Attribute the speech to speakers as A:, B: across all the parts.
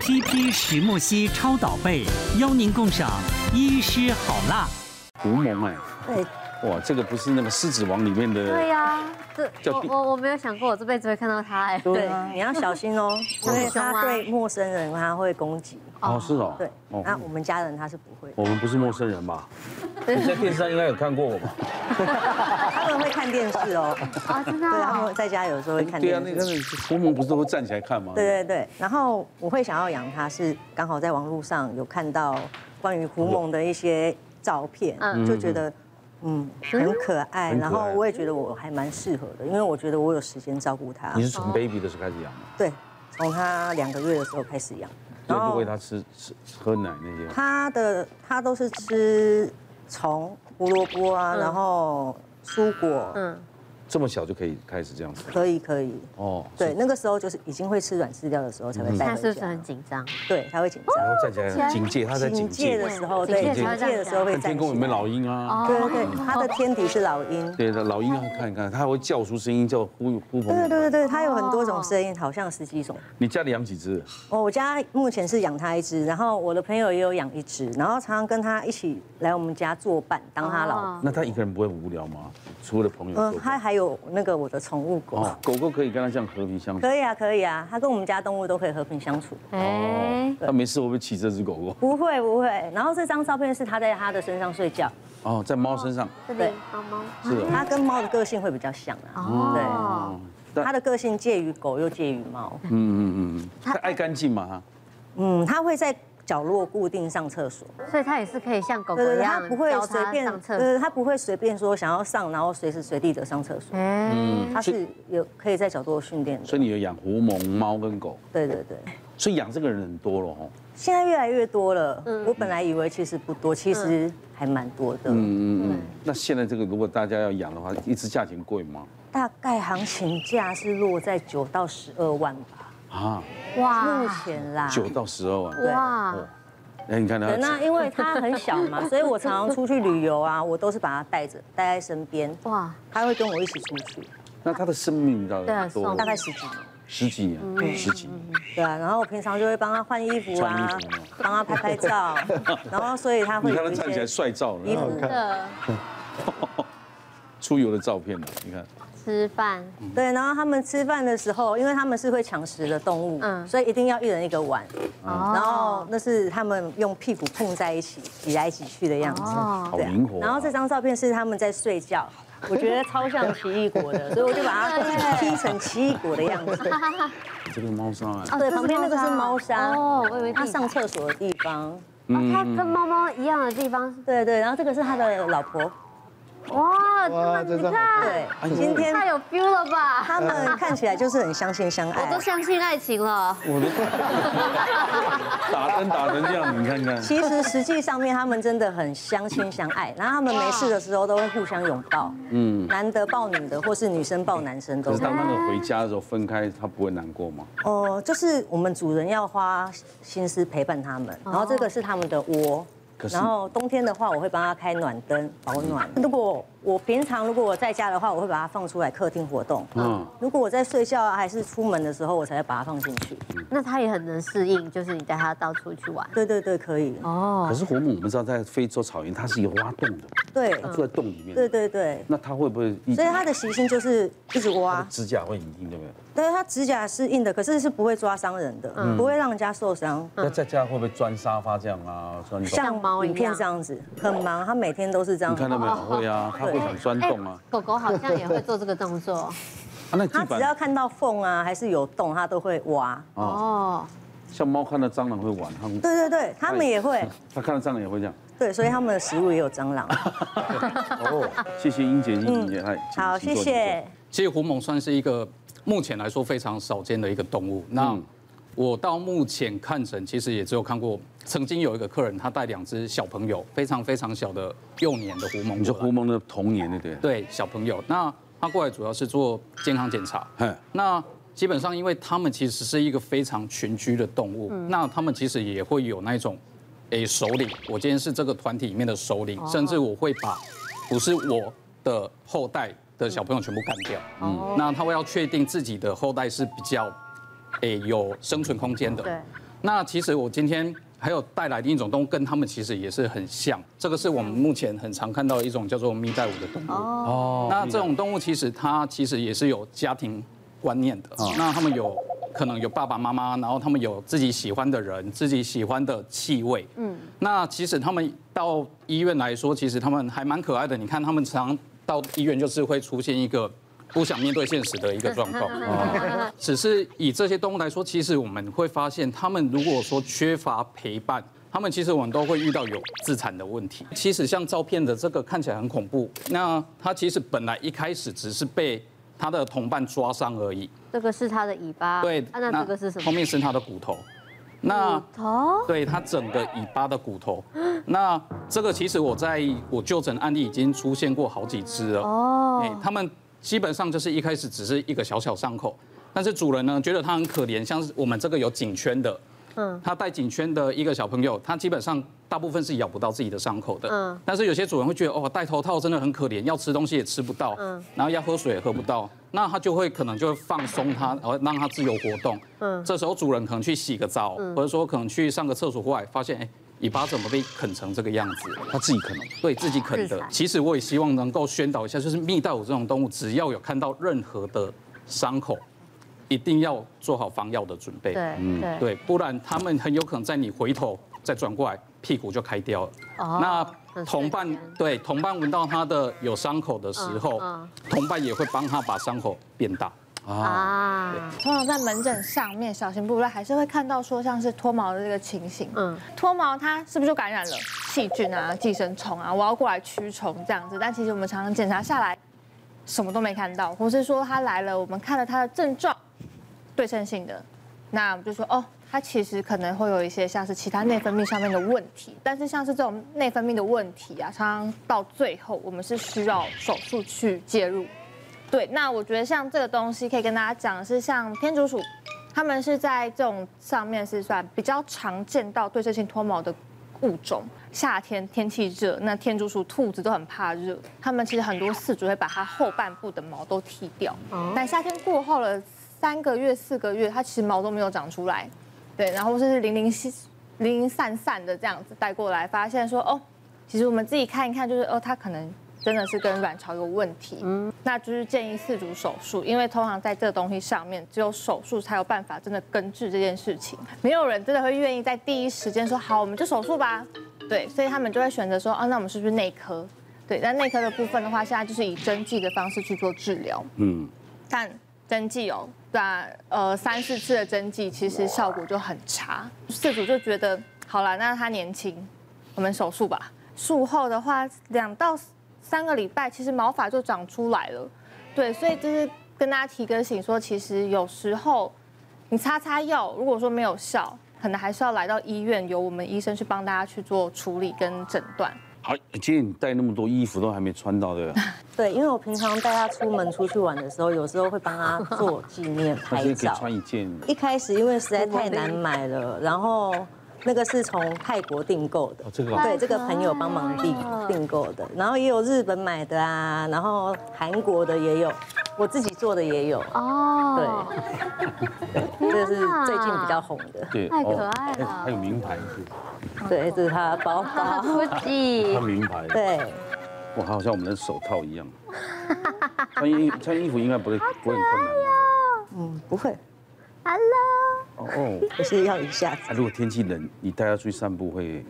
A: CP 石墨烯超导被，邀您共赏医师好辣。
B: 吴萌哎，
C: 对
B: 哇，这个不是那个《狮子王》里面的，
D: 对呀、这
B: 叫
D: 我
B: 地
D: 我我没有想过我这辈子会看到他哎。
C: 对， 你要小心哦，因为他对陌生人他会攻击。
B: 哦，是哦，
C: 对，啊
B: 哦
C: 那我们家人他是不会，
B: 我们不是陌生人吧？
E: 你在电视上应该有看过我 吧？
C: 他们会看电视哦。
D: 啊，真的
C: 对，他
D: 啊
C: 们，在家有时候会看
B: 对啊，那
C: 电
B: 个
C: 视。
B: 吴萌不是都会站起来看吗？
C: 对对对，然后我会想要养它，是刚好在网络上有看到关于狐獴的一些照片，
D: 嗯
C: 就觉得嗯很可爱，
B: 很可爱
C: 然后我也觉得我还蛮适合的，因为我觉得我有时间照顾它
E: 你。是从 baby 的时候开始养的，
C: 对，从它两个月的时候开始养，
B: 然
C: 然
B: 后就
C: 后
B: 喂他吃吃喝奶那些。
C: 哦它的它都是吃虫、胡萝卜啊，然后蔬果，
D: 嗯，
E: 这么小就可以开始这样子
C: 可以可以。
E: 哦。
C: 对，那个时候就是已经会吃软饲料的时候才会带
D: 他嗯是
C: 回
D: 不是
C: 家
D: 很，紧张？
C: 对，才会紧张。
E: 然后站起来警戒，他在警戒
C: 的时候，
D: 警戒
C: 对，
D: 才
C: 警
D: 会这样
C: 戒的时候会站
B: 天
C: 起
B: 宫
C: 来哦
B: 有没有老鹰哦啊？
C: 对对对，它的天敌是老鹰。
B: 对的，老鹰要看一看，它还会叫出声音叫呼呼
C: 对对
B: 鹏。
C: 对对对，它有很多种声音，好像十几种。
B: 你家里养几只？
C: 哦，我家目前是养它一只，然后我的朋友也有养一只，然后常常跟它一起来我们家作伴，当它老。
D: 哦
B: 那他一个人不会无聊吗？除了朋友
C: 嗯
B: 之，外，
C: 它还有那个我的宠物狗。
B: 哦，狗狗可以跟他这样和平相处。
C: 可以啊，可以啊，它跟我们家动物都可以和平相处。
D: 哎，
B: 他哦没事会不会气这只狗狗？
C: 不会不会，然后这张照片是它在它的身上睡觉，
B: 哦，在猫身上
D: 这里
C: 对
D: 猫猫，
B: 是哦。
C: 它跟猫的个性会比较像啊。
D: 哦，
B: 但
C: 它的个性介于狗又介于猫，
B: 嗯嗯嗯嗯，它爱干净嘛，
C: 嗯，它会在角落固定上厕所，
D: 所以它也是可以像狗狗
C: 对对
D: 一
C: 对，它
D: 样
C: 不会
D: 交
C: 随
D: 叉
C: 便呃
D: 上，
C: 对
D: 厕所。
C: 对，它不会随便说想要上，然后随时随地的上厕所，
D: 哎，
C: 它是有可以在角落训练
B: 所
C: 的。
B: 以你有养狐獴、猫跟狗，
C: 对对对，
B: 所以养这个人很多了哦。
C: 现在越来越多了。
D: 嗯
C: 我本来以为其实不多，其实还蛮多的。
B: 嗯嗯嗯。那现在这个如果大家要养的话，一只价钱贵吗？
C: 大概行情价是落在九到十二万吧，
B: 啊，
D: 哎哇
C: 目前啦。
B: 九到十二万。
C: 对
D: 哇，
B: 哎，你看它
C: 啊对，，那因为它很小嘛，所以我常常出去旅游啊，我都是把它带着，带在身边。
D: 哇，
C: 它会跟我一起出去，
B: 那它的生命到
D: 对
B: 底
D: 很
B: 多
D: 松
C: 大概十几年。
B: 十几
C: 嗯
B: 年，十几年。
C: 对啊，然后我平常就会帮它换衣服啊
B: 穿衣服吗，
C: 帮它拍 拍照，然后所以它会
B: 你看
C: 有
B: 它
C: 一
B: 站起来
C: 些
B: 帅照
C: 衣
B: 了，
C: 服。
D: 真的
B: 出游的照片了，你看。
D: 吃饭，
C: 对，然后他们吃饭的时候，因为他们是会抢食的动物，
D: 嗯
C: 所以一定要一人一个碗。
D: 哦
C: 然后那是他们用屁股碰在一起，挤来挤去的样子，
D: 哦
B: 好灵活啊
C: 然后这张照片是他们在睡觉，我觉得超像奇异果的， 所以我就把
D: 真的耶
C: 它 P 成奇异果的样子。
B: 这个猫砂啊，
D: 哦
C: 对，
D: 这是
C: 旁边那个是猫
D: 猫砂
C: 砂，
D: 哦我以为
C: 它
D: 地
C: 上厕所的地方。
D: 哦，它跟猫猫一样的地方，
C: 对对，然后这个是他的老婆。
D: 哇，
F: 哇
D: 这个
F: 这
D: 你
F: 张好
D: 看，
C: 对，
B: 哎
C: 今天
D: 太有 feel 了吧？
C: 他们看起来就是很相亲相
D: 我
C: 爱
D: 都。相信爱情了，
B: 打灯打成这样子，你看看。
C: 其实实际上面他们真的很相亲相爱，然后他们没事的时候都会互相拥抱，嗯，男的抱女的，或是女生抱男生都
B: 可是
C: 有。
B: 当那个回家的时候分开，它不会难过吗？
C: 哦，就是我们主人要花心思陪伴他们，然后这个
D: 哦
C: 是他们的窝。
B: 可是
C: 然后冬天的话，我会帮他开暖灯保暖。
D: 嗯
C: 如果我平常如果我在家的话，我会把它放出来客厅活动。
B: 嗯
C: 嗯，如果我在睡觉啊还是出门的时候，我才会把它放进去。
D: 那它也很能适应，就是你带它到处去玩。
C: 对对对，可以。
D: 哦
B: 可，是活母我们知道，在非洲草原它是有挖洞的，
C: 对
D: 嗯
B: 它住在洞里面。
C: 嗯对。对对，
B: 那它会不会一
C: 所以嗯它的习性就是一直
D: 嗯
C: 挖。
B: 指甲会隐硬，对不对？
C: 对，它指甲是硬的，可是是不会抓伤人的，
D: 嗯
C: 不会让人家受伤。
B: 那在家会不会钻沙发这样啊？钻洞？
D: 像猫一样
C: 影片这样子，很忙，它每天都是这样
B: 你。看到没有？会
C: 哦
B: 啊，它会想钻洞啊。
D: 哎狗狗好像也会做这个动作
B: 啊，那
C: 哎它
B: 地
C: 只要
B: 板
C: 看到缝啊，还是有洞，它都会挖。
B: 啊，
D: 哦。
B: 像猫看到蟑螂会玩，它们
C: 对对对，它们也 会。
B: 它看到蟑螂也会这 样。
C: 对，所以它们的食物也有 蟑螂。
B: 谢谢英杰，英杰，哎，请
C: 哦嗯好，
B: 请
C: 谢
B: 坐
C: 谢。。
G: 其实狐獴算是一个目前来说非常少见的一个动物。那
B: 嗯
G: 我到目前看诊，其实也只有看过，曾经有一个客人他带两只小朋友，非常非常小的幼年的狐獴过来。
B: 你说狐獴的童年对不对？
G: 对小朋友，那他过来主要是做健康检查
B: 嘿。
G: 那基本上，因为他们其实是一个非常群居的动物，那他们其实也会有那种，诶，首领。我今天是这个团体里面的首领，甚至我会把不是我的后代的小朋友全部干掉。嗯，那他会要确定自己的后代是比较，诶，有生存空间的。
D: 对。
G: 那其实我今天还有带来另一种动物，跟它们其实也是很像。这个是我们目前很常看到的一种叫做蜜袋鼯的动物。
B: 哦
G: 那这种动物其实它其实也是有家庭观念的，那他们有可能有爸爸妈妈，然后他们有自己喜欢的人，自己喜欢的气味。嗯，那其实他们到医院来说，其实他们还蛮可爱的。你看他们常到医院就是会出现一个。不想面对现实的一个状况，只是以这些动物来说，其实我们会发现，它们如果说缺乏陪伴，它们其实我们都会遇到有自残的问题。其实像照片的这个看起来很恐怖，那它其实本来一开始只是被它的同伴抓伤而已。
D: 这个是它的尾巴，
G: 对，
D: 啊那这个是什
G: 后
D: 么？嗯
G: 面是它的骨头。那
D: 头，
G: 对它整个尾巴的骨头，那这个其实我在我就诊案例已经出现过好几只了。
D: 哦
G: 哎，他们基本上就是一开始只是一个小小伤口，但是主人呢觉得它很可怜，像是我们这个有颈圈的，嗯，他带颈圈的一个小朋友，他基本上大部分是咬不到自己的伤口的，
D: 嗯
G: 嗯，但是有些主人会觉得哦，戴头套真的很可怜，要吃东西也吃不到，嗯，然后要喝水也喝不到，那他就会可能就会放松它，然后让它自由活动，嗯，这时候主人可能去洗个澡，或者说可能去上个厕所，后来发现哎。尾巴怎么被啃成这个样子？
B: 他自己可能
G: 对自己啃
D: 自
G: 的
D: 残。
G: 其实我也希望能够宣导一下，就是蜜袋鼯这种动物，只要有看到任何的伤口，一定要做好防药的准备。
D: 对对
G: 嗯对，不然它们很有可能在你回头再转过来，屁股就开掉了。
D: 哦
G: 那同
D: 很
G: 伴
D: 瞬间
G: 对同伴闻到它的有伤口的时候，
D: 嗯
G: 同伴也会帮它把伤口变大。
D: 啊，
H: 通常在门诊上面，小型部落还是会看到说像是脱毛的这个情形。
D: 嗯
H: 嗯，脱毛它是不是就感染了细菌啊、寄生虫啊？我要过来驱虫这样子，但其实我们常常检查下来，什么都没看到，或是说它来了，我们看了它的症状，对称性的，那我们就说哦，它其实可能会有一些像是其他内分泌上面的问题，但是像是这种内分泌的问题啊，常常到最后我们是需要手术去介入。对，那我觉得像这个东西可以跟大家讲的是，像天竺鼠，它们是在这种上面是算比较常见到对称性脱毛的物种。夏天天气热，那天竺鼠、兔子都很怕热，它们其实很多饲主会把它后半部的毛都剃掉。但夏天过后了三个月、四个月，它其实毛都没有长出来，对，然后是零零稀、零零散散的这样子带过来，发现说哦，其实我们自己看一看，就是哦，它可能真的是跟卵巢有问题，嗯，那就是建议四组手术，因为通常在这个东西上面，只有手术才有办法真的根治这件事情，没有人真的会愿意在第一时间说好，我们就手术吧，对，所以他们就会选择说，哦，那我们是不是内科？对，那内科的部分的话，现在就是以针剂的方式去做治疗，嗯，但针剂哦，那呃三四次的针剂其实效果就很差，四组就觉得好了，那他年轻，我们手术吧。术后的话，两到三个礼拜，其实毛发就长出来了。对，所以就是跟大家提个醒说，其实有时候你擦擦药，如果说没有效，可能还是要来到医院，由我们医生去帮大家去做处理跟诊断。
B: 好，啊今天你带那么多衣服都还没穿到对 吧？
C: 对，因为我平常带他出门出去玩的时候，有时候会帮他做纪念
B: 那
C: 拍
B: 今天可以
C: 照
B: 穿。一件
C: 一开始因为实在太难买了，然后那个是从泰国订购的，
B: 这个啊
C: 对这个朋友帮忙订订购的，然后也有日本买的啊，然后韩国的也有，我自己做的也有，
D: 哦，
C: 对，这是最近比较红的，
B: 对，
D: 太可
B: 哦
D: 爱了
B: 还有名牌，哦
C: 对，这是他的包 包，
D: 对，不
B: 对
D: 起
B: 他，名牌，
C: 对，
B: 哇，好像我们的手套一样。穿衣穿衣服应该不会不会很困难吧。
C: 嗯，不会，
D: ，Hello，
B: 哦哦，
C: 就是要一下子。
B: 啊如果天气冷，你带它出去散步会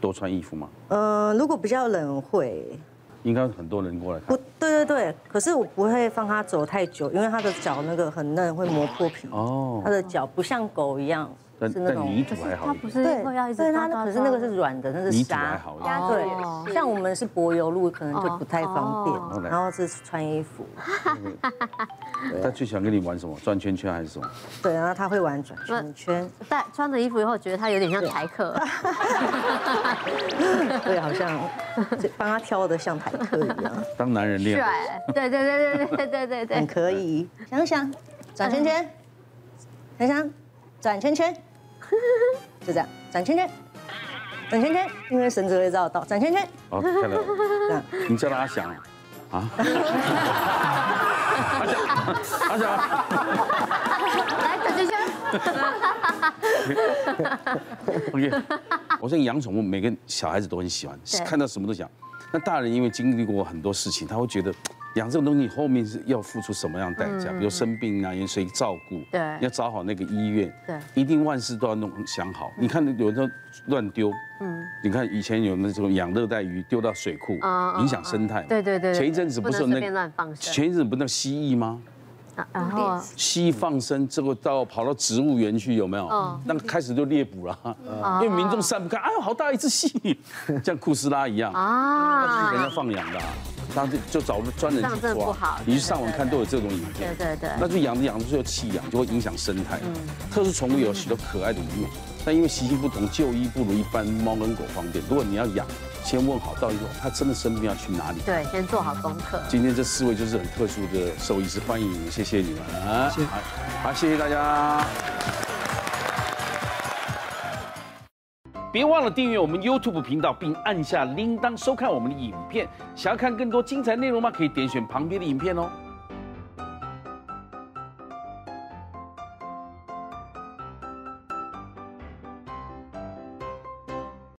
B: 多穿衣服吗？
C: 嗯，如果比较冷会，
B: 应该很多人过来
C: 不
B: 看。，
C: 对对对，可是我不会放它走太久，因为它的脚那个很嫩，会磨破皮。
B: 哦
C: 它，的脚不像狗一样，
B: 但
C: 是那
B: 但泥
C: 种
B: 土
D: 是
B: 还好
D: 它
B: 一
D: 不
B: 点，
D: 是会要一直
C: 对它
D: 抓
C: 那
D: 抓
C: 可是那个
D: 抓
C: 是软的，那是
B: 泥土还
C: 沙。
B: 好一
D: 抓
B: 点。
D: 抓哦
C: 对，像我们是柏油路，可能就不太
D: 哦
C: 方
B: 哦
C: 便。然后是穿衣服，
B: 他最想跟你玩什么？转圈圈还是什么？
C: 对，然后它会玩转圈圈，
D: 但穿着衣服以后，觉得它有点
B: 啊
D: 像台 客，
C: 对，好像就帮它挑的像坦克一样，
B: 当男人练。
D: 帅，对对对对对对 对
C: 很
D: 对，
C: 可以。想想，转圈圈，想想，转圈圈，就这样，转圈圈，转圈圈，因为绳子会绕道，转圈圈，
B: 哦，看到了，
C: 这样。
B: 你叫他阿翔啊？ 啊？阿翔，阿翔，
D: 哎来转圈圈，
B: OK，我 说养宠物，每个小孩子都很喜欢
D: 对，
B: 看到什么都想。那大人因为经历过很多事情，他会觉得嗯养这种东西后面是要付出什么样的代价，比如生病啊，有谁照顾，
D: 嗯对
B: 要找好那个医院，
D: 对
B: 一定万事都要弄想好。你看有人乱丢，嗯，你看以前有那种养热带鱼丢到水库
D: 嗯，嗯
B: 影响生态嘛。
D: 对对对对
B: 前一阵子不是有那
D: 不能随便乱放生
B: 前一阵子不是有蜥蜴吗？
D: 啊然后
B: 西放生，这个到跑到植物园去有没有
D: 嗯？
B: 那个开始就猎捕了，
D: 哦
B: 因为民众散不开，哎呦，好大一只蜥蜴，像库斯拉一样，
D: 哦
B: 那是人
D: 啊，
B: 家放养的、啊，他就就找专人
D: 这样
B: 去
D: 真的不好
B: 抓。你去上网看都有这种影
D: 对
B: 片，
D: 对对，嗯
B: 那就养着养着就有弃养，就会影响生态。特殊宠物有许多可爱的鱼种，但因为习性不同，就医不如一般猫跟狗方便。如果你要养，先问好到底它真的生病要去哪里。
D: 对，先做好功课。
B: 今天这四位就是很特殊的兽医师，欢迎你们，谢谢你们啊！谢，好，谢谢大家。别忘了订阅我们 YouTube 频道，并按下铃铛收看我们的影片。想要看更多精彩内容吗？可以点选旁边的影片哦。